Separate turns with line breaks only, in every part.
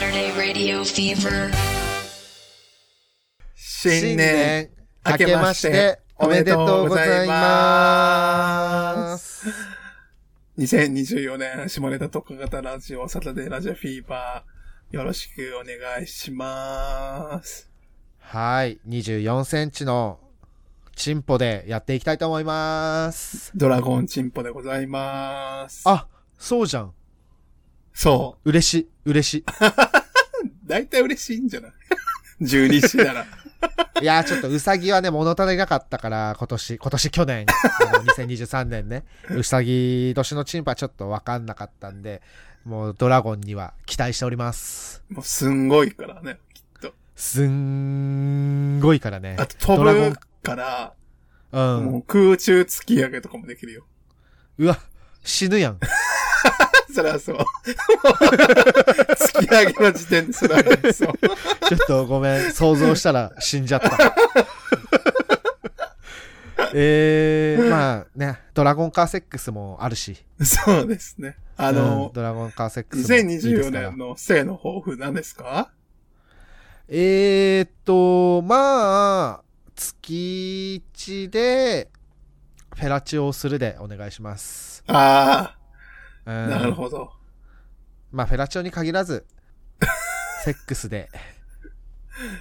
Radio Fever.
新年明けましておめでとうございます。
2024年、下ネタ特化型ラジオ、サタデーラジオフィーバー、よろしくお願いします。
はい、24センチのチンポでやっていきたいと思います。
ドラゴンチンポでございます。
あ、そうじゃん。
そ
嬉しい、嬉し
う。だいたい嬉しいんじゃない ?12 子なら。
い。いやー、ちょっとうさぎはね、物足りなかったから、今年、今年去年、あの2023年 ね、うさぎ年のチンポはちょっとわかんなかったんで、もうドラゴンには期待しております。
もうすんごいからね。
すんごいからね
あ。と
ドラゴ
飛
ン
ぶから、
う
も
ん。
う空中突き上げとかもできるよ。
うわ、死ぬやん。
そりゃそう。 突き上げの時点でそりゃそう。
ちょっとごめん、想像したら死んじゃった。 えー、まあね、ドラゴンカーセックスもあるし、
そうですね。あ
うん
の、
ドラゴンカーセックスもいいですか
2024
ら
年の性の抱負何ですか
えーっと、まあ、月1で、フェラチオをするでお願いします。
あ
う
あ、
ん、
なるほど。
まあ、フェラチオに限 らず、セックスで。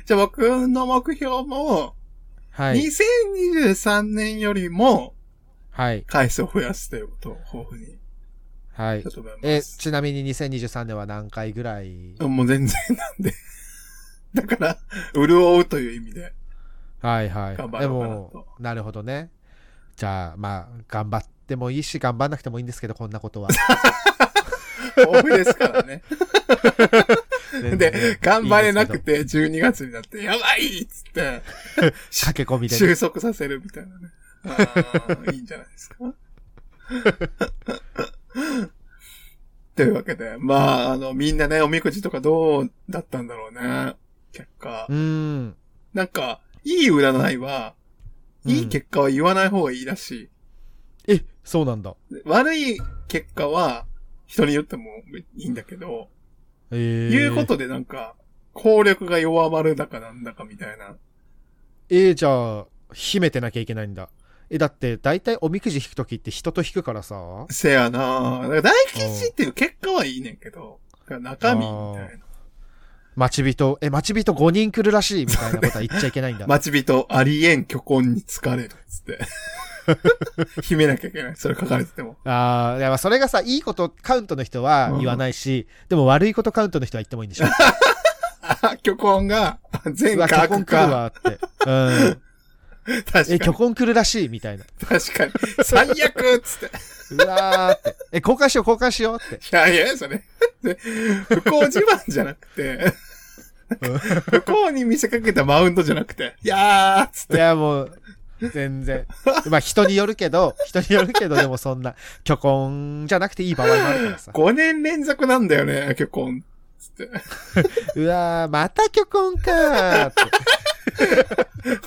じゃあ僕の目標も、
はい。
2023年よりも
はい。
回数を増やすということを抱負に
はい。
ちょっと思いま
え、
す。
ちなみに2023年は何回ぐらい
もう全然なんで。 だから、潤うという意味で。
はいはい。
頑張
で
ろうかなと
も、なるほどね。じゃあ、まあ、頑張ってもいいし、頑張んなくてもいいんですけど、こん なことは。
抱負ですからね。
全然
で、頑張れなく。
いいん
て12月になって、やばいっつって、
ですけど駆け込みでね、
収束させるみたいな ね。あーいいんじゃないですか。というわけで、まあ、あの、みんなね、おみくじとかどうだったんだろうね。結果
う。ーん。
なんか、いい占いは、
うん
いい結果は言わない方がいいらし
え、そうなんだ。
い。悪い結果は、人によってもいいんだけど、
えー、
言うことでなんか、効力が弱まるだかなんだかみたいな。
えー、じゃあ、秘めてなきゃいけないんだ。え、だって、大体おみくじ引くときって人と引くからさ。
せやなぁ。だから大吉っていう結果はいいねんけど、中身みたいな。
待ち人、え、待ち人5人来るらしいみたいなことは言っちゃい けないんだ。
待ち人ありえん虚婚に疲れるっつ って。秘めなきゃいけない。それ書かれてても。
ああ、いやまあそれがさ、いいことカウントの人は言わないし、でも悪いことカウントの人は言ってもいいん でしょ。
あ、虚婚が、全
うわ、
科
虚婚
悪
来る
か。
わって。うん。え、
確か
虚
に。
婚来るらしいみたいな。
確かに。最悪っつって。
うわーって。え、交換しよう、交換しようって。
いやいや、それ。で不幸自慢じゃなくて、不幸に見せかけたマウントじゃなくて、いやーっつって。
いや、もう、全然。まあ、人によるけど、人によるけど、でもそんな、虚婚じゃなくていい場合もあるからさ。
5年連続なんだよね、虚婚。 つって。
うわー、また虚婚かーって。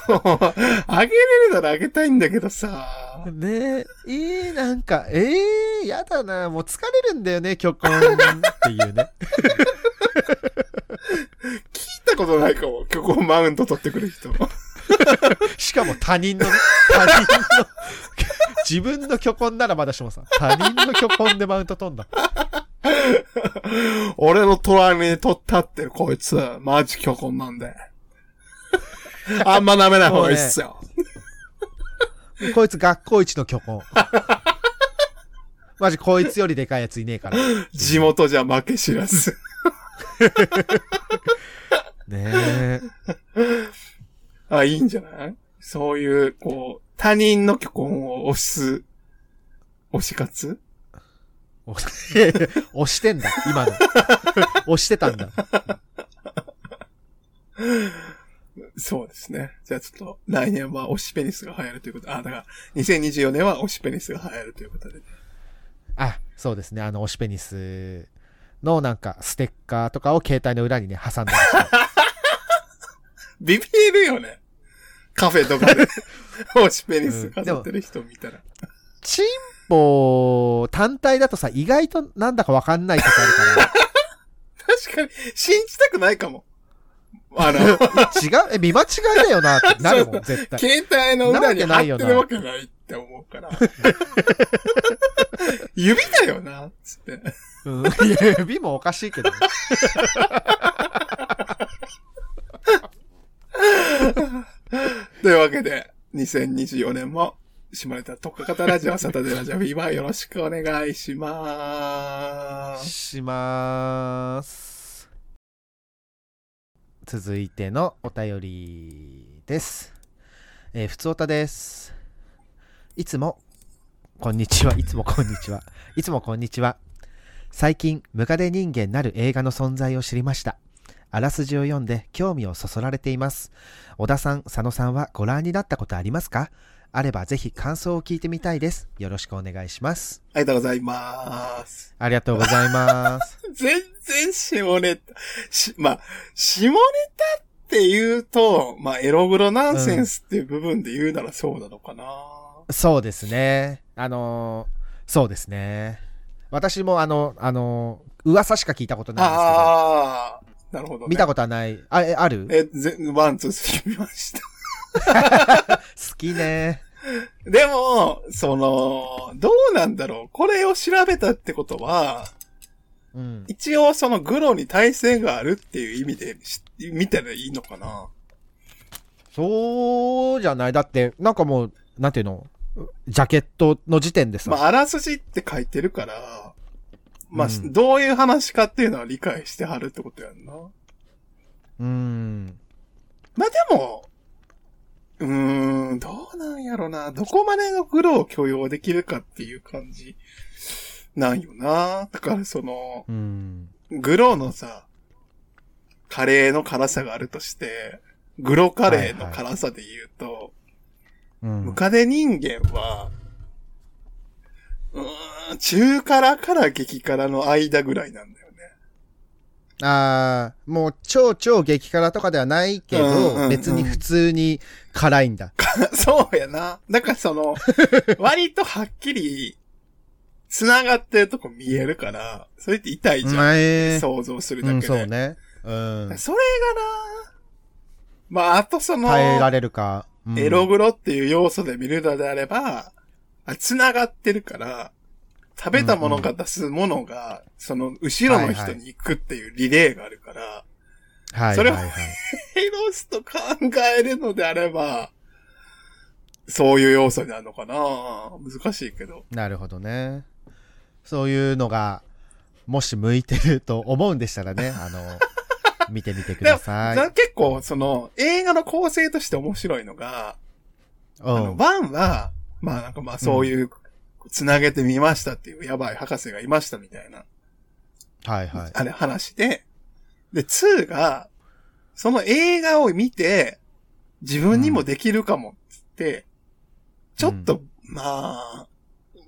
もうあげれるならあげたいんだけどさ。
ねえ、えー、なんか、えー、やだなもう疲れるんだよね、虚婚っていうね。
聞いたことないかも。虚構マウント取ってくる人。
しかも他人のね、他人の、自分の虚婚ならまだしもさ、他人の虚婚でマウント取んだ。
俺の隣に取ったってるこいつ、マジ虚婚なんで。あんま舐めない方がいいっすよ。
こいつ学校一の巨根。 マジこいつよりでかいやついねえから。ね
地元じゃ負け知らず。
え。
あ、いいんじゃないそういう、こう、他人の虚婚を押す、押し活
お 押してんだ、今の。押してたんだ。
そうですね。じゃあちょっと、来年は押しペニスが流行るということ。あ、だから、2024年は押しペニスが流行るということで。
あ、そうですね。あの、押しペニスのなんかステッカーとかを携帯の裏にね、挟んで。
ビビるよね。カフェとかで、押しペニス飾ってる人見たら。
チンポ単体だとさ、意外となんだかわかんないとこあるから。
確かに、信じたくないかも。あの、
違うえ、見間違いだよなってなるもん、絶 対。
携帯の裏に
なわけない
貼
よ
っ
な
てるわけないって思うから。指だよな、つって。
うん、指もおかしいけどね。
というわけで、2024年も、島根田特化型ラジオ、サタデーラジオ、ビーバーよろしくお願いします。
しまーす。続いてのお便りです。えー、ふつおたです。いつも、こんにちは、いつもこんにちは、いつもこんにちは。最近、ムカデ人間なる映画の存在を知りました。あらすじを読んで興味をそそられています。小田さん、佐野さんはご覧になったことありますかあればぜひ感想を聞いてみたいです。よろしくお願いします。
ありがとうございます。
ありがとうございます。
全然下ネタ、し、まあ、下ネタって言うと、まあ、エログロナンセンスっていう部分で言うならそうなのかな。
そうですね。あのーそうですね。私もあの、あのー噂しか聞いたことないんですけど、
ああ、なるほど、ね。
見たことはない。あ、えある
え、ぜワン、ツー、スリー見ました。
好きね。
でも、その、どうなんだろう。これを調べたってことは、
うん。
一応そのグロに耐性があるっていう意味でし見たらいいのかな
そうじゃない。だって、なんかもう、なんていうのジャケットの時点でさ。
まあ、あらすじって書いてるから、まあ、
うん
どういう話かっていうのは理解してはるってことやんな。
うん。
まあ、でも、うーん、どうなんやろな。どこまでのグロを許容できるかっていう感じなんよな。だからその、
うん。
グロのさ、カレーの辛さがあるとして、グロカレーの辛さで言うと、
うん
ム。カデ人間は、うーん、中辛から激辛の間ぐらいなんだよね。
あーもう超超激辛とかではないけど、
うんうんうん
別に普通に辛いんだ。
そうやな。だからそ の、割とはっきり、繋がってるとこ見えるから、それって痛いじゃん。
前
想像するだ
う
け
ん、
で。
そうね。うん。
それがなまあ、あとその、
耐えられるか。うん
エログロっていう要素で見るのであれば、あ繋がってるから、食べたものが出すものが、その、後ろの人に行くっていうリレーがあるから、
はい
それ
は
はい
はい。
ヘロスと考えるのであれば、そういう要素になるのかな難しいけど。
なるほどね。そういうのが、もし向いてると思うんでし たらね、あの、見てみてください。
な結構、その、映画の構成として面白いのが、
う
あの、
ん。
ワンは、まあなんかまあそういう、つなげてみましたっていうやばい博士がいましたみたいな。
はいはい。
あれ話で、で、2が、その映画を見て、自分にもできるかもっつって、ちょっと、まあ、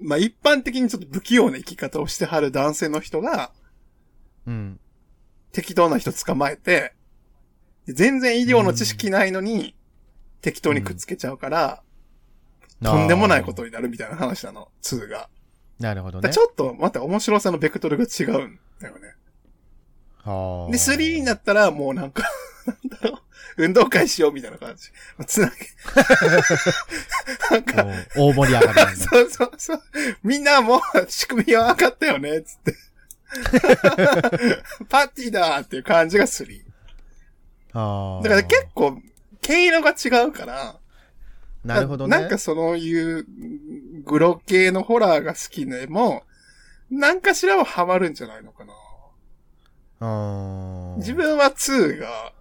まあ一般的にちょっと不器用な生き方をしてはる男性の人が、
うん。
適当な人捕まえて、で全然医療の知識ないのに、適当にくっつけちゃうから、とんでもないことになるみたいな話なの、2が。
なるほど
だから
ね
ち。ょっとまた面白さのベクトルが違うんだよね。
はあ
で、3になったら、もうなんか、 なんだろう、運動会しようみたいな感じ。つなげ、なんか、
お大盛り上がりなん だ。
そうそうそう。みんなもう仕組みは分かったよね、つって。 パーティーだーっていう感じが3。
はあ
だから結構、毛色が違うから、
なるほどね。
なんかそのいう、グロ系のホラーが好きでも、なんかしらはハマるんじゃないのかな。
うん
自分は2が、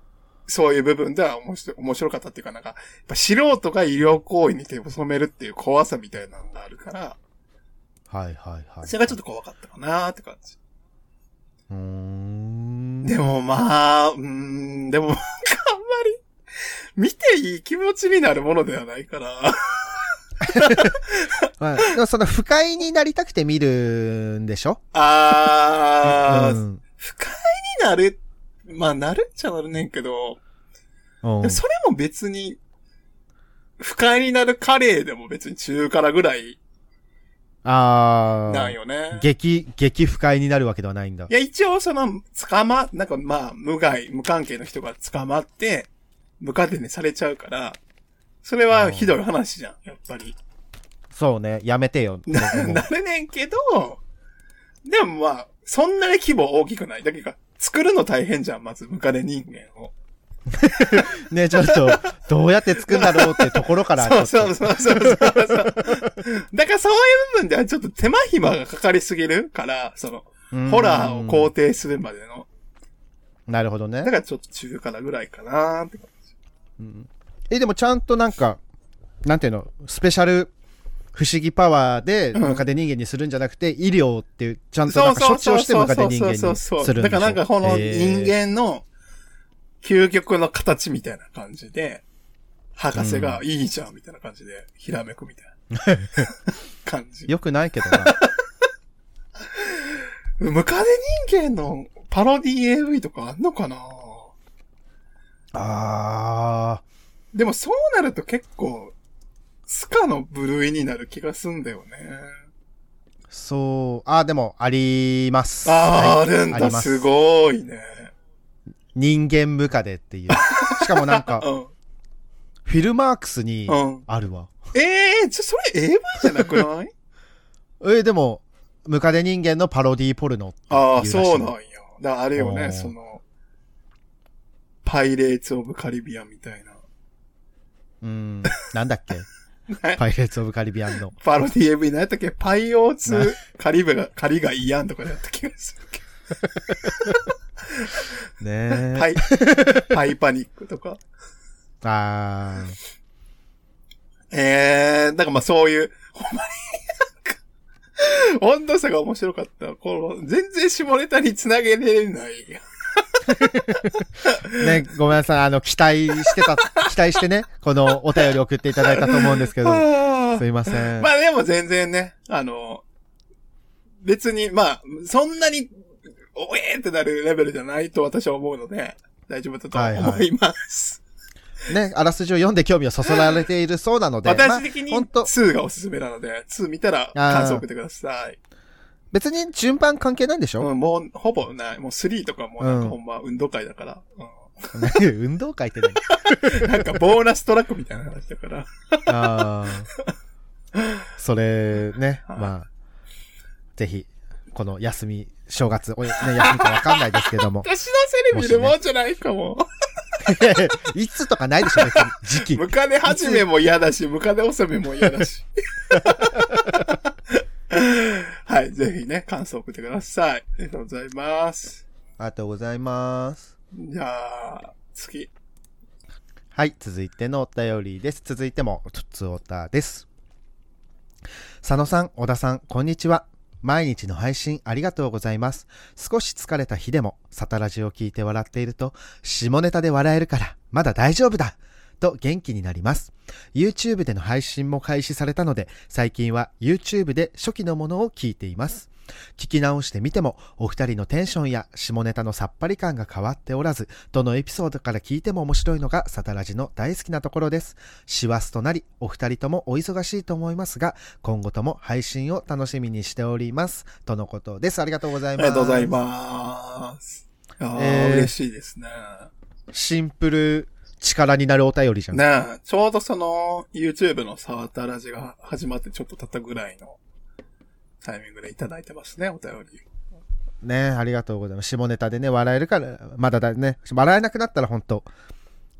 そういう部分では面白面白かったっていうか、なんか、やっぱ素人が医療行為に手を染めるっていう怖さみたいなのがあるから、
はいはいはい。
それがちょっと怖かったかなーって感じ。
うーん。
でもまあ、うーん、でも、 なんかあんまり、見ていい気持ちになるものではないから、
まあでもその不快になりたくて見るんでしょ
あー、
うん。
不快になる、まあなるっちゃなるねんけど、
うん
でもそれも別に、不快になるカレーでも別に中辛ぐらい
あ
な
あ
ん。よね。
激、激不快になるわけではないんだ
い。や、一応その、捕ま、なんかまあ、無害、無関係の人が捕まって、無家電にされちゃうから、それはひどい話じゃん、やっぱり。
そうね。やめてよ。
な、
僕も
なるねんけど、でもまあ、そんなに規模大きくない。だけど、作るの大変じゃん、まず、ムカデ人間を。
ね、ちょっと、どうやって作るんだろうってところから、ちょ
そ
っ
う
と
そうそうそうそうそう。 だからそういう部分ではちょっと手間暇がかかりすぎるから、その、
うん
ホラーを肯定するまでの。
なるほどね
だ。からちょっと中辛ぐらいかなって。
うんえ、でもちゃんとなんか、なんていうの、スペシャル不思議パワーで
うん
ムカデ人間にするんじゃなくて、医療っていう、ちゃんと
そ
な
うん
か
そ
処
う
置
そう
をして
そ
ム
う
カデ
そう
人間
そう
にするんでし
だから
ょ
なんかこの人
へー
間の究極の形みたいな感じで、博士がいいじゃんみたいな感じで、ひらめくみたいな 感じ。
よくないけど な。
ムカデ人間のパロディ AV とかあんのかな
あ
でもそうなると結構、スカの部類になる気がすんだよね。
ー、そう、あー、でも、あります。
ああ、
は
あ
い
るん
あ
だ。
ります
すごいね。
人間ムカデっていう。しかもなんか、
う
フィルマークスに
ん。うん。
あるわ。
ええー、ちょ、それ AV じゃなくない
えーでも、ムカデ人間のパロディーポルノっていう
ああ、
らしい
そうなんよ。だからあれよ
う
ね、
ん
その、パイレーツ・オブ・カリビアンみたいな。
うん。なんだっけ
はい
パイレーツ・オブ・カリビアンの。
パロディ AV 何やったっけパイオーツ・カリブが、カリがイアンとかやった気がするけ
ね
ど。
え。
パイ、パイパニックとか。
あー
ええー、なんかまあそういう、ほんまになんか、温度差が面白かった。この、全然下ネタにつなげれない。
ね、ごめんなさい。あの、期待してた、 期待してね、このお便り送っていただいたと思うんですけ ど、
あ
す
ー
いません。
まあでも全然ね、あの、別に、まあ、そんなに、おえーってなるレベルじゃないと私は思うので、大丈夫だと思います。
ね、あらすじを読んで興味をそそられているそうなので、まあ
私的に
本当
2がおすすめなので、2見たら感想送ってください。
別に順番関係ないんでしょ、
うん、もうほぼない。もう3とかもなんかほんま運動会だから。うん
運動会って何
なんかボーナストラックみたいな話だ から。
あーそれね、
はい、
まあ、ぜひ、この休み、正月、おいね、休みかわかんないですけども
私のセレビるもんじゃないかも。
いつとかないでしょ、別に時期。
ムカデ始めも嫌だし、ムカデ納めも嫌だし。はい、ぜひね、感想送ってください。ありがとうございます。
ありがとうございます。
じゃあ、次。
はい、続いてのお便りです。続いても、つつおたです。佐野さん、小田さん、こんにちは。毎日の配信ありがとうございます。少し疲れた日でも、サタラジを聞いて笑っていると、下ネタで笑えるから、まだ大丈夫だと元気になります。YouTube での配信も開始されたので、最近は YouTube で初期のものを聞いています。聞き直してみても、お二人のテンションや下ネタのさっぱり感が変わっておらず、どのエピソードから聞いても面白いのがサタラジの大好きなところです。師走となり、お二人ともお忙しいと思いますが、今後とも配信を楽しみにしております。とのことです。ありがとうござ
あ
い
り
ます。
がとうございます。ああ、
えー
嬉しいですね。
シンプル力になるお便りじゃん。
ねえちょうどその、YouTube のサータラジが始まってちょっと経ったぐらいのタイミングでいただいてますね、お便り。
ねありがとうございます。下ネタでね、笑えるから、まだだね、笑えなくなったら本当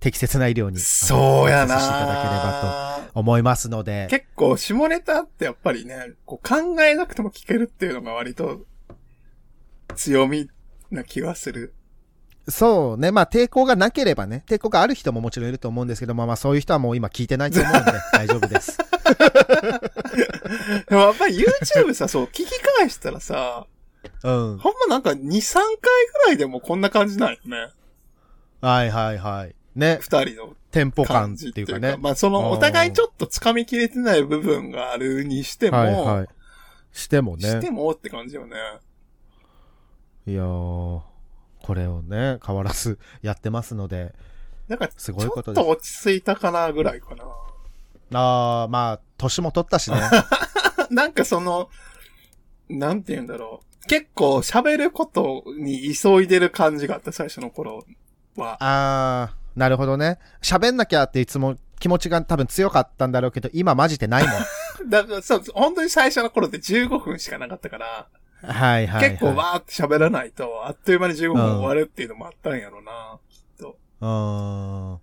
適切な医療に。
そうやな
させていただければと思いますので。
結構、下ネタってやっぱりね、こう考えなくても聞けるっていうのが割と強みな気がする。
そうね、まあ抵抗がなければね、抵抗がある人ももちろんいると思うんですけど、まあまあそういう人はもう今聞いてないと思 うんで、大丈夫です。
でもやっぱり YouTube さ、そう、聞き返したらさ、
うん。
ほんまなんか2、3回ぐらいでもこんな感じなんよね。
はいはいはい。ね、
二人の
テンポ感
感
っ
じってて
い
いうう
か
か
ね。
まあそのお互いちょっと掴みきれてない部分があるにしても、
はいはい。してもね。
してもって感じよね。
いやー、これをね、変わらずやってますので、
なんか、ち
す
ょ
ごいこと
っ
です
と落ち着いたかなぐらいかな。
あー、まあ、年も取ったしね。
なんかその、なんて言うんだろう。結構喋ることに急いでる感じがあった、最初の頃は。
あー、なるほどね。喋んなきゃっていつも気持ちが多分強かったんだろうけど、今マジ でないもん。
だから、そう、本当に最初の頃って15分しかなかったから、
はいはい、はい。
結構わーって喋らないと、あっという間に15分終わるっていうのもあったんやろな。
うーん。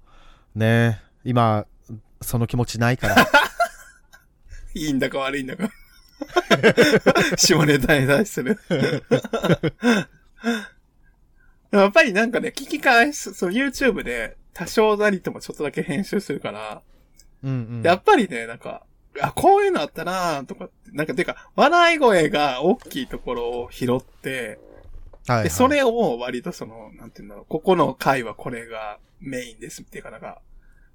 ねえ今、その気持ちな いから。
いいんだか悪いんだか。 下ネタに対する。やっぱりなんかね、聞き返す、その YouTube で多少なりともちょっとだけ編集するから、
うんうん。
やっぱりね、なんか、あ、こういうのあったなとかって、なんかてか、笑い声が大きいところを拾って、
はいはい
で、それを割とその、なんていうんだろう、ここの回はこれがメインですっていうかなんか、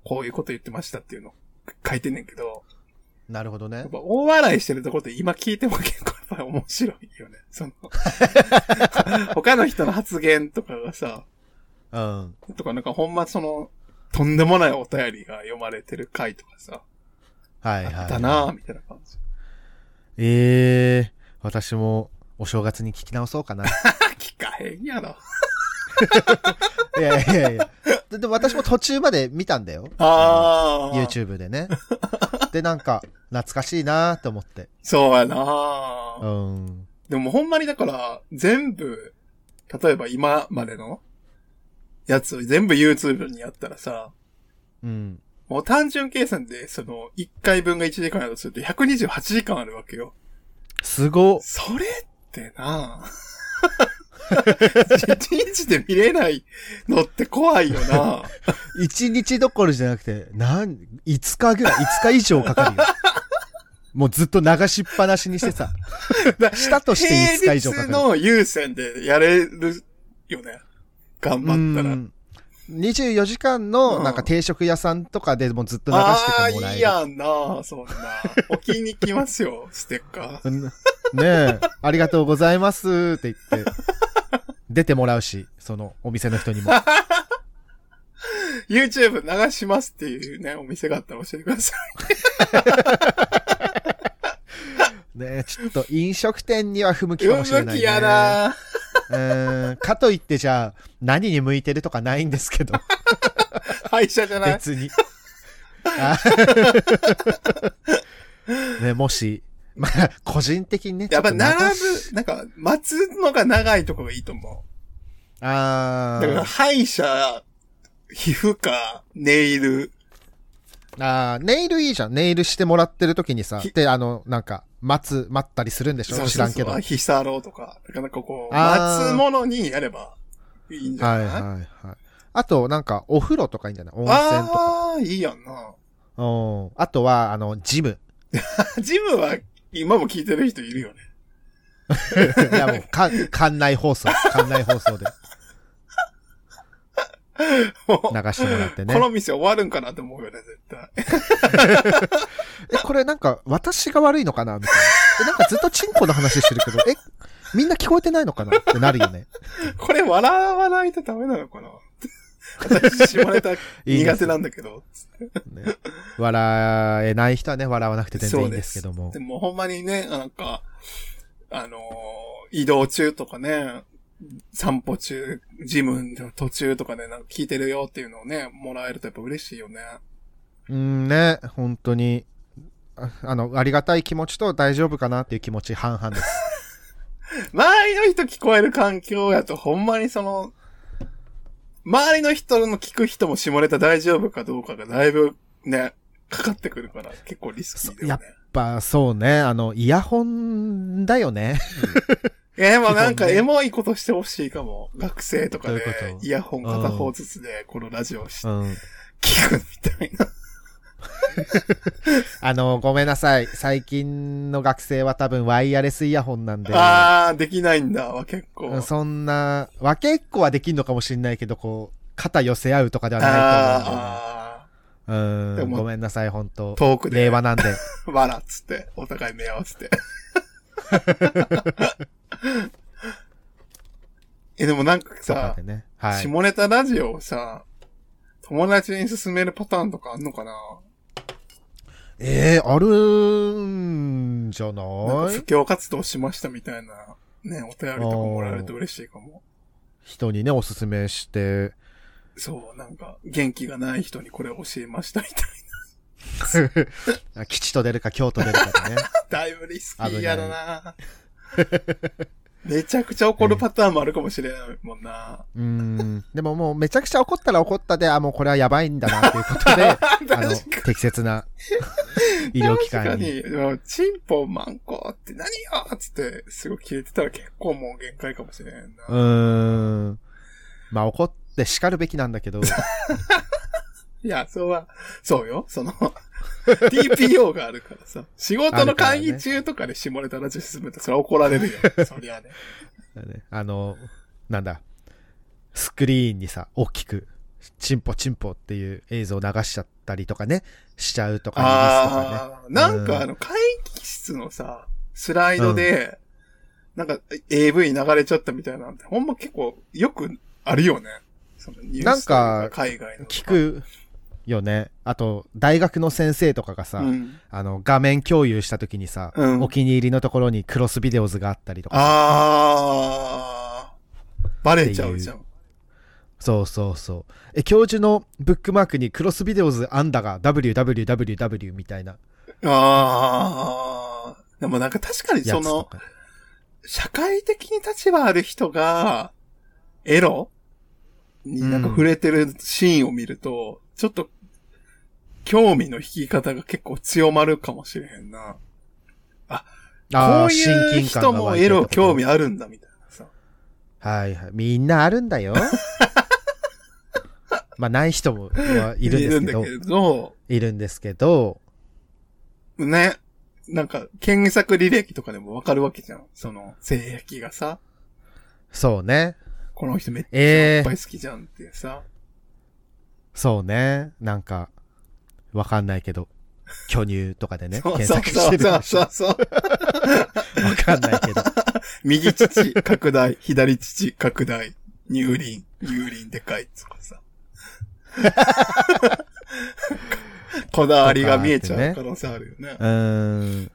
こういうこと言ってましたっていうの書いてんねんけど、
なるほどね
やっ。ぱ大笑いしてるところって今聞いても結構やっぱり面白いよね。 その、他の人の発言とかがさ、
うん。
とかなんかほんまその、とんでもないお便りが読まれてる回とかさ、
はいはい。
あったなぁ、みたいな感じ。
ええ私もお正月に聞き直そ うかな。い
あ、聞かへんやろ。
やいやいやいや。ででも私も途中まで見たんだよ。
ああ。。
YouTube でね。で、なんか、懐かしいなーと思って。
そうやなぁ
うん。
でもほんまにだから、全部、例えば今までのやつを全部 YouTube にやったらさ、
うん。
もう単純計算で、その、1回分が1時間やとすると128時間あるわけよ。
すごっ。
それってなぁ。一日で見れないのって怖いよな
一日どころじゃなくて、なん、5日ぐらい、5日以上か かるよ。もうずっと流しっぱなしにしてさ。したとして5日以上か
平日
かる。
の優先でやれるよね。頑張ったら。
うん24時間のなんか定食屋さんとかでもずっと流してても
あ
ら
あー、
え
いい
る。
やんなぁそんな。お気に来ますよ、 ステッカー。
うんねえ、ありがとうございますって言って、出てもらうし、そのお店の人に も。
YouTube 流しますっていうね、お店があったら教えてください。
ねえ、ちょっと飲食店には不向き かもしれ
運
な
動
い、
き
ね。
やなぁ
うん。かといってじゃあ、何に向いてるとかないんですけど、
歯医者じゃない
別に。 あね、もし、まあ、個人的にね、
やっぱ
ちょと
並
流し
ぶ、なんか、待つのが長いとこがいいと思う。
あ
だから、
ー
歯医者、皮膚科、ネイル。
あー、ネイルいいじゃん。ネイルしてもらってる時にさ
ひ、
で、あの、なんか、待つ、待ったりするんでしょ
そうそうそう
知らんけど。はい
ヒサロとか。だからなんかこう、
あー
待つものにやればいいんじゃ
は
ないい、
はい。あと、なんか、お風呂とかいいんじゃない温泉とか。
ああ、いいやんな。
うん。あとは、あの、ジム。
ジムは、今も聞いてる人いるよね。
いや、もう、か、館内放送。館内放送で
もう
流してもらってね
こ。の店終わるんかなって思うよね、絶対。
え、これなんか、私が悪いのかなみたいな。え、なんかずっとチンコの話してるけど、え、みんな聞こえてないのかなってなるよね。
これ笑わないとダメなのかな 私、下 ネタ
いいで
苦
す
手なんだけど。
ね笑えない人はね、笑わなくて全然いいんですけども
で。もほんまにね、なんか、あのー移動中とかね、散歩中、ジムの途中とかでなんか聞いてるよっていうのをね、もらえるとやっぱ嬉しいよね。
うんね、本当に。ああの、ありがたい気持ちと大丈夫かなっていう気持ち半々です。
周りの人聞こえる環境やとほんまにその、周りの人の聞く人も下ネタ大丈夫かどうかがだいぶね、かかってくるから結構リスキーだよね。
やっぱそうね、あの、イヤホンだよね。
いやでもなんか
基本ね
エモいことしてほしいかも。学生とかで
どういうこと
イヤホン片方ずつでこのラジオし
うん。
聞くみたいな。
あの、ごめんなさい。最近の学生は多分ワイヤレスイヤホンなんで。
あー、できないんだわ、結構。
うんそんな、分けっこはできんのかもしれないけど、こう、肩寄せ合うとかではないと思うんだよね
あー
う
で
ん、
も
ごめんなさい、本当
ー、トーク
令
で、
和なんで。
わらっつって、お互い目合わせて。 え、でもなんか
とか
さ
で、ね。はい。
下ネタラジオをさ、友達に勧めるパターンとかあんのかな
ええあるんじゃな
なんか
い
布教活動しましたみたいな、ね、お便りとかもらえると嬉しいかも。
人にね、おすす めして。
そう、なんか、元気がない人にこれ教えましたみたい
吉と出るか京と出るかでね。
な。 だいぶリスキーやだなめちゃくちゃ怒るパターンもあるかもしれないもんな。
うーん。でももうめちゃくちゃ怒ったら怒ったで、あ、もうこれはやばいんだなっていうことで、
確
あ
か
の
に。、
適 切な医療機
確か
関に。
に、うんチンポマンコって何よっつって、すごい切れてたら結構もう限界かもしれんな。
うーん。まあ怒って叱るべきなんだけど、
いや、そうは、そうよ。その、TPO があるからさ。仕事の会議中とかで下ネタラジ進めたら、それは怒られる よ。そりゃね。
あの、なんだ、スクリーンにさ、大きく、チンポチンポっていう映像流しちゃったりとかね、しちゃうとか、リリースと
あ
かね
あ、なん
うん
かあの、会議室のさ、スライドで、なんか AV 流れちゃったみたいなんて、ほんま結構よくあるよね。そのニュースと
なんか
海外のとか。
聞くよね。あと、大学の先生とかがさ、
うん。
あの、画面共有した時にさ、
うん
お気に入りのところにクロスビデオズがあったりとか、
ああ、バレちゃうじゃん。
そうそうそう。え、教授のブックマークにクロスビデオズアンダが www みたいな
ああ、でもなんか確かに
や
そ
つと
の、
か。
社会的に立場ある人が、エロになんか触れてるシーンを見ると、ちょっと、興味の引き方が結構強まるかもしれへんな。こ
あ
う
ー
いう人もエロ興味あるんだみたいなさ。
はいはい。みんなあるんだ よ。まあ、ない人もはいるんですけど、い
いる
る
んだけど、
んですけど、
ね。なんか、検索履歴とかでもわかるわけじゃん。その、性癖がさ、
そうね。
この人めっちゃ
え
いっ
ー
ぱい好きじゃんってさ。
そうね。なんか、わかんないけど、巨乳とかでね、
そう
検
そう
索してる
そう
でしょ。
そ
わ
うそう。
かんな いけど。
右乳拡大、左乳拡大、乳輪、乳輪でかいとかさ。 こだわりが見えちゃう可能性あるよね。
うーん。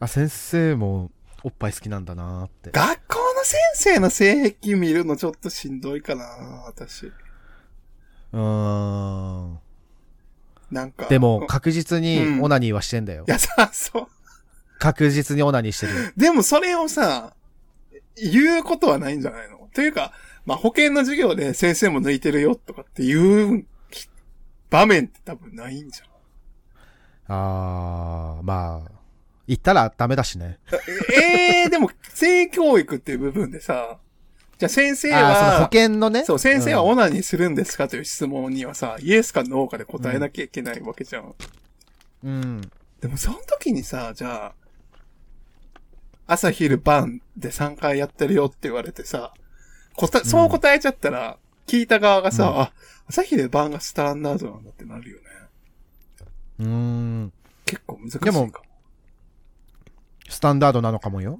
あ、先生も、おっぱい好きなんだなーって。
学校の先生の性癖見るのちょっとしんどいかな、私。
うーん。
なんか。
でも、
うん
確実に、オナニーはしてんだよ。
いやさ、そう。
確実にオナニーしてるよ。
でもそれをさ、言うことはないんじゃないのというか、まあ、保険の授業で先生も抜いてるよとかっていう場面って多分ないんじゃん。
あー、まあ、言ったらダメだしね。
ええでも、性教育っていう部分でさ、じゃあ先生
あーその保
は、
険のね。
そう、先生は
うん
オナにするんですかという質問にはさ、イエスかノーかで答えなきゃいけないわけじゃん。
うん。
でも、その時にさ、じゃあ、朝昼晩で3回やってるよって言われてさ、答えそう答えちゃったら、聞いた側がさ、
うん
あ、朝昼晩がスタンダードなんだってなるよね。
うーん。
結構難しい
で
か
も
も。
スタンダードなのか もよ。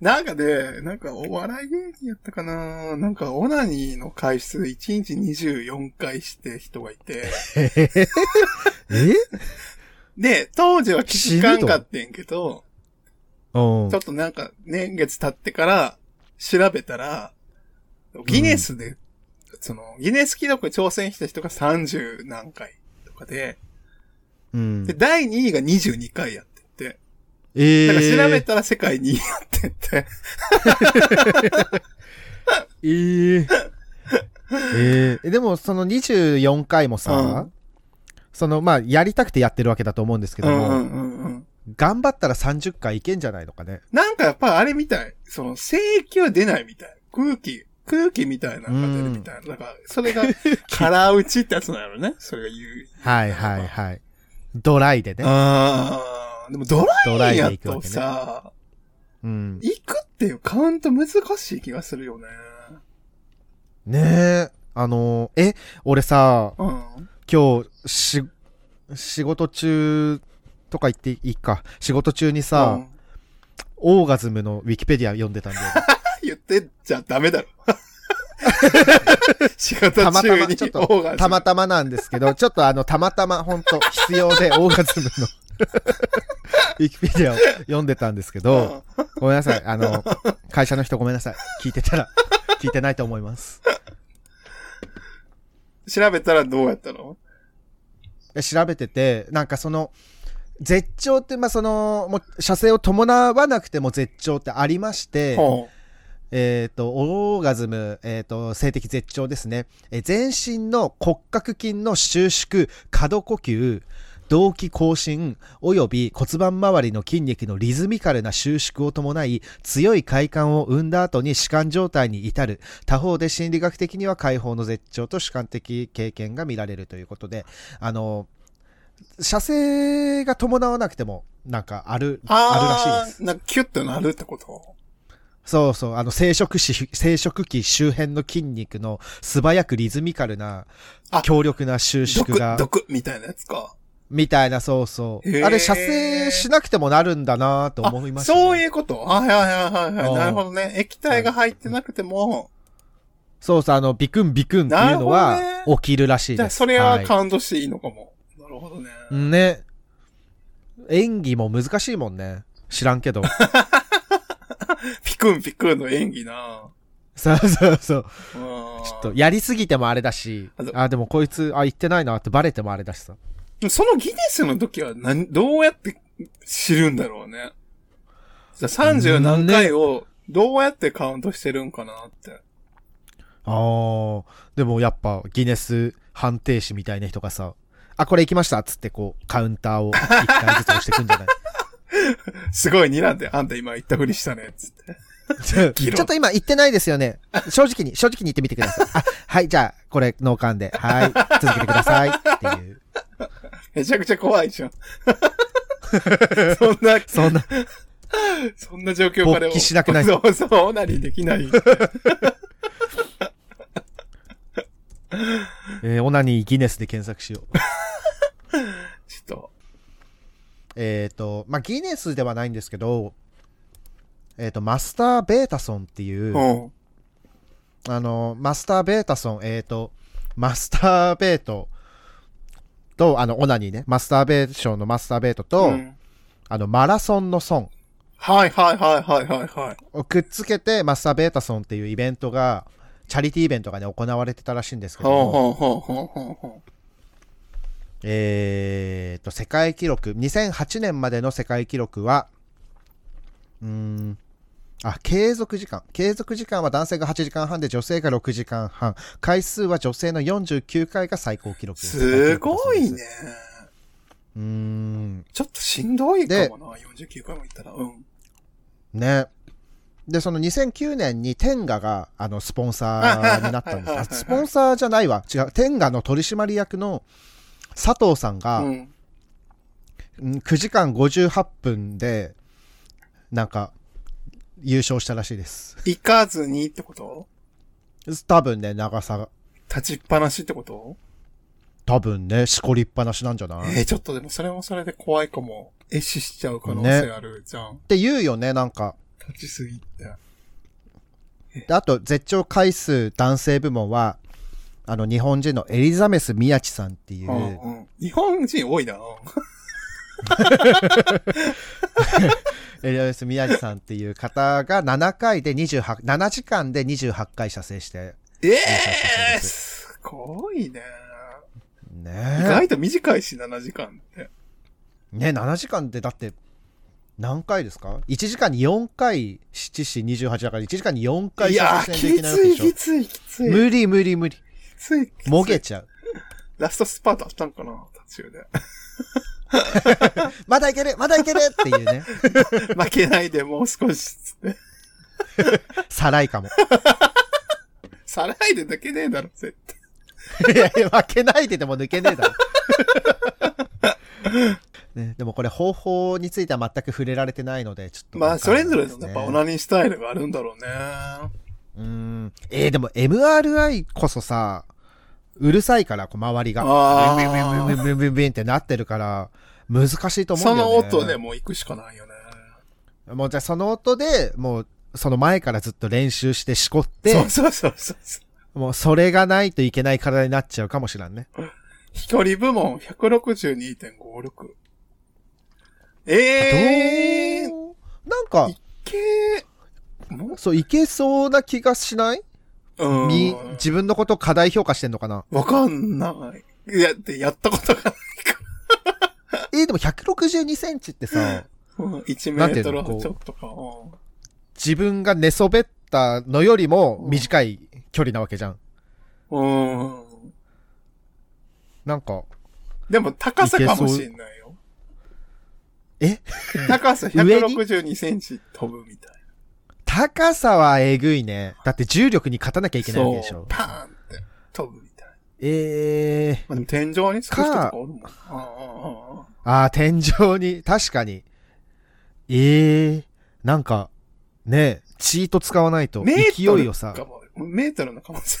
なんかね、なんかお笑い芸人やったかななんかオナニーの回数1日24回して人がいて。
え
で、当時は気づかんかってんけど、
うん
ちょ。っとなんか年月経ってから調べたら、ギネスで、そのギネス記録に挑戦した人が30何回とかで、
うん
で、。第2位が22回やってて、
えー
だから調べたら世界2位やってて、
えーえーでもその24回もさ、
うん
そのまあやりたくてやってるわけだと思うんですけども、
うんうんうんうん。
頑張ったら30回いけんじゃないのかね。
なんかやっぱあれみたい。その、正気は出ないみたい。空気、空気みたいなのが出るみたいな。なんか、そ れが、空打ちってやつなのね。それが言う。
はいはいはい。ドライでね。
あー、でもド
ド
ラ
ラ
イ
イ
や
でいくわ
と
けね。
さ、
うん、
行くっていうカウント難しい気がするよね。
ねえ。あのーえ、俺さ、
うん。
今日、し、仕事中とか言っていいか。仕事中に
う
さ、
ん
オーガズムのウィキペディア読んでたんだよ。
言ってんじゃダメだろ。仕事
たまた
中
ま、
に
ちょ
オ
っ
ーガズ
と、
ム
たまたまなんですけど、ちょっとあの、たまたま、本当必要 で、オーガズムの、ウィキペディアを読んでたんですけど、ごめんなさい。あの、会社の人ごめんなさい。聞いてたら、聞いてないと思います。
うん調べたらどうやったの
で調べてて、なんかその、絶頂って、まあ、その、もう、射精を伴わなくても絶頂ってありまして、
ほ
えっ、と、オーガズム、えっ、と、性的絶頂ですね。えー全身の骨格筋の収縮、可動呼吸、動悸更新、および骨盤周りの筋肉のリズミカルな収縮を伴い、強い快感を生んだ後に弛緩状態に至る。他方で心理学的には解放の絶頂と弛緩的経験が見られるということで、あの、射精が伴わなくても、なんかある、あるらしいです
あ。ーなんかキュッとなるってこと
そうそう、あの、生殖し生殖器周辺の筋肉の素早くリズミカルな
あ、
強力な収縮が、
毒、毒みたいなやつか。
みたいな、そうそう
へ。ー
あれ、射精しなくてもなるんだなと思いました、ね。。
そういううことはいはいはいはいは
う
い。
ん
なるほどね。液体が入ってなくても、
そうそう、あの、ビクンビクンっていうの
なる
は
ほど
起きるらしい
じゃ
で
あ
す。
それはいカウントしていいのかも。なるほどね。
ね。演技も難しいもんね。知ら んけど。
ピクンピクンの演技な
そうそうそう。
ちょ
ちょっと、やりすぎてもあれだし
あ、と
あ、でもこいつ、あ、言ってないなってバレてもあれだしさ。
でもそのギネスの時は何、どうやって知るんだろうね。じゃあ30何回をどうやってカウントしてるんかなって。
ああ、でもやっぱギネス判定士みたいな人がさ、あ、これ行きましたっつってこう、カウンターを一回ずつ押してくんじゃない
すごい睨んで、あんた今言ったふりしたね、つって。
ちょちょっと今言ってないですよね。正直に、正直に言ってみてください。あ、はい、じゃあ、これ、脳幹で、はい、続けてくださいっていう。
めちゃくちゃ怖い じゃん。そんな、
そんな、
そんな状況から
勃起しなくない
そうそう、オナニーできない。
えーオナニーギネスで検索しよ
ちょ
う。
っと。
えっ、と、まあ、ギネスではないんですけど、えっ、と、マスター・ベータソンっていう、
うん。
あの、マスターベータソン、えーと、マスターベートと、あの、オナニーね、マスターベーションのマスターベートと、
うん
あの、マラソンのソン
はいはいはいはいはいはい。
をくっつけて、マスターベータソンっていうイベントが、チャリティーイベントがね、行われてたらしいんですけど
ほう
も、
ほうほうほうほうほ
えーと、世界記録、2008年までの世界記録は、うーん、あ、継続時間。継続時間は男性が8時間半で女性が6時間半。回数は女性の49回が最高記録
う。
です
す
世界記録だそ
ご
うです
いね。
うーん。
ちょっとしんどいかもな、49回も行ったら。うん。
ね。で、その2009年にテンガが、あの、スポンサーになったんです。 あスポンサーじゃないわ。違う。テンガの取締役の佐藤さんが、
うん。
うん9時間58分で、なんか、優勝したらしいです。
行かずにってこと
多分ね、長さが。
立ちっぱなしってこと
多分ね、しこりっぱなしなんじゃないっ
えー、ちょっとでもそれもそれで怖いかも。壊死しちゃう可能性あるじゃん。
て言うよね、なんか。
立ちすぎって。
で、あと、絶頂回数男性部門は、あの、日本人のエリザベス・宮地さんっていうう、
んうん、日本人多いな。
エリザベス・宮地さんっていう方が7回で28、7時間で28回射精して、
え
そうそう
ー、すごいね。意
ね
外と短いし、7時間って。
え。ね7時間でだって、何回ですか ?1 時間に4回、7時28だから1時間に4回
いやー、
射精で
き
きないわ
つ
けで
い、
しょ
き。つい、きつい。
無理無理無理。
きつい、きつい
もげちゃう。
ラストスパートあったんかな途中で。
まだいけるまだいけるってい うね。
負けないでもう少し、つって。
さらいかも。
さらいでだけねえだろ、絶対。
いやいや、負けないででも抜けねえだろ。 ね、でもこれ方法については全く触れられてないので、ちょっと
まあ、
わか
そ
んな
れ
いで
ぞ
すね、
れのやっぱオナニースタイルがあるんだろうね。
うーん。えー、でも MRI こそさ、うるさいから、こう周りが。
あ
ビンビンビン
あ。
ビンビンビンビンってなってるから、難しいと思う
そ
んだよ
の
ね。
音でもう行くしかないよね。
もうじゃあその音で、もう、その前からずっと練習してしこって、
そうそうそうそうそう。
もうそれがないといけない体になっちゃうかもしらんね。
一人部門162.56。ええー、
どうなんか、
いけも、
そう、いけそうな気がしないう
う
み
ん、。
自分のことを過大評価してんのかな
わかんない。いや、ってやったことがないか
えー、でも162センチってさ、
ら。うん1メ
なんて
ー
いう
ト
の
ル
こう
ちょっとか。うん
自分が寝そべったのよりも短い距離なわけじゃん。
うん。
なんか、
でも高さかもしんないよ。
え
高さ162センチ飛ぶみたい
高さはえぐいね。だって重力に勝たなきゃいけ
な。
ない
そ
わけでし
う
ょ。。
パーンって飛ぶみたいな。
ええ
まあ、でも天井につく人とかおるもん。ああああああ
ー。ああ、天井に、確かに。ええー。なんか、ねチート使わないと、
メー
勢い
トル
をさ
か、もメートルの可能性。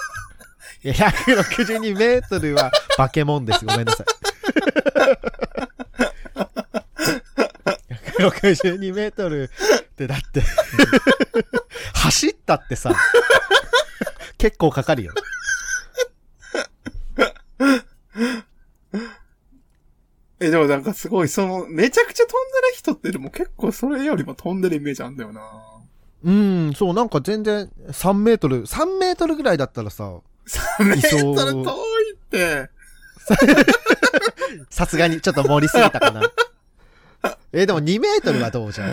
いや162メートルは化け物です。ごめんなさい。162メートルってだって、走ったってさ、結構かかるよ。
え、でもなんかすごい、その、めちゃくちゃ飛んでる人ってでも結構それよりも飛んでるイメージあんだよな。
うん、そう、なんか全然3メートル、3メートルぐらいだったらさ、
3メートル遠いって。
さすがにちょっと盛りすぎたかな。え、でも2メートルはどうじゃん。
2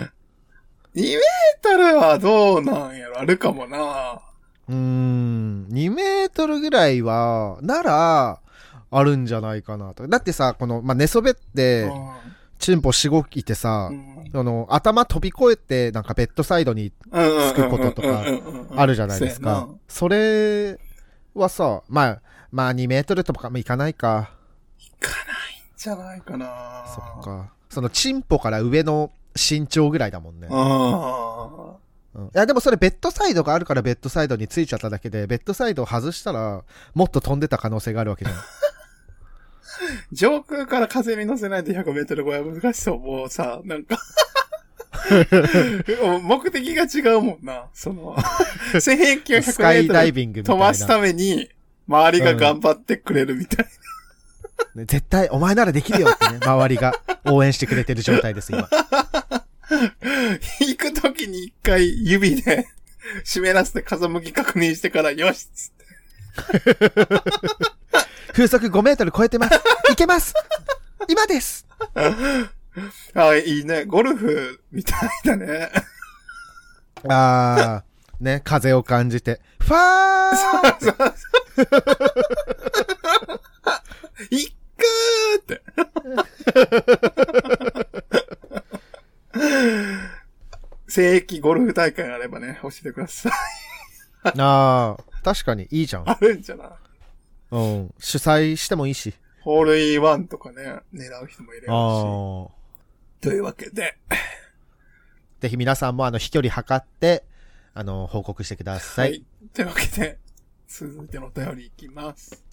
メートルはどうなんやろあるかもな。
うーん、2メートルぐらいは、なら、あるんじゃないかなと。だってさ、この、まあ、寝そべって、チンポしごきてさ
う、ん
あの、頭飛び越えて、なんかベッドサイドに
つ
つくこととかあるじゃないですか。それはさ、まあ、まあ2メートルとかもいかないか。
いかないんじゃないかな。
そっ。か。そのチンポから上の身長ぐらいだもんね。
ああ。
うんいや、でもそれベッドサイドがあるからベッドサイドについちゃっただけで、ベッドサイドを外したら、もっと飛んでた可能性があるわ けじゃん。
上空から風に乗せないと100メートル超えは難しそう。もうさ、なんか。目的が違うもんな。その、1900メ
スカイ
ー
ダ
ト
イ
ル
ビングみたい
飛
な。
ばすために、周りが頑張ってくれるみたい
ね絶対、お前ならできるよって ね、周りが応援してくれてる状態です、今。
な。行くときに一回指で湿らせて風向き確認してから、よしっつって
風速5メートル超えてます。いけます今です
あ、いいね。ゴルフみたいだね。
あー、ね、風を感じて、ファー
そうそう行くーって。正規ゴルフ大会があればね、教えてください。
あー、確かにいいじゃん。
あるんじゃない
うん。主催してもいいし。
ホールインワンとかね、狙う人もいれ
あ
ば
ー。
し。というわけで、
ぜひ皆さんもあの飛距離測って、あの、報告してください。。
というわけで、続いてのお便りいきます。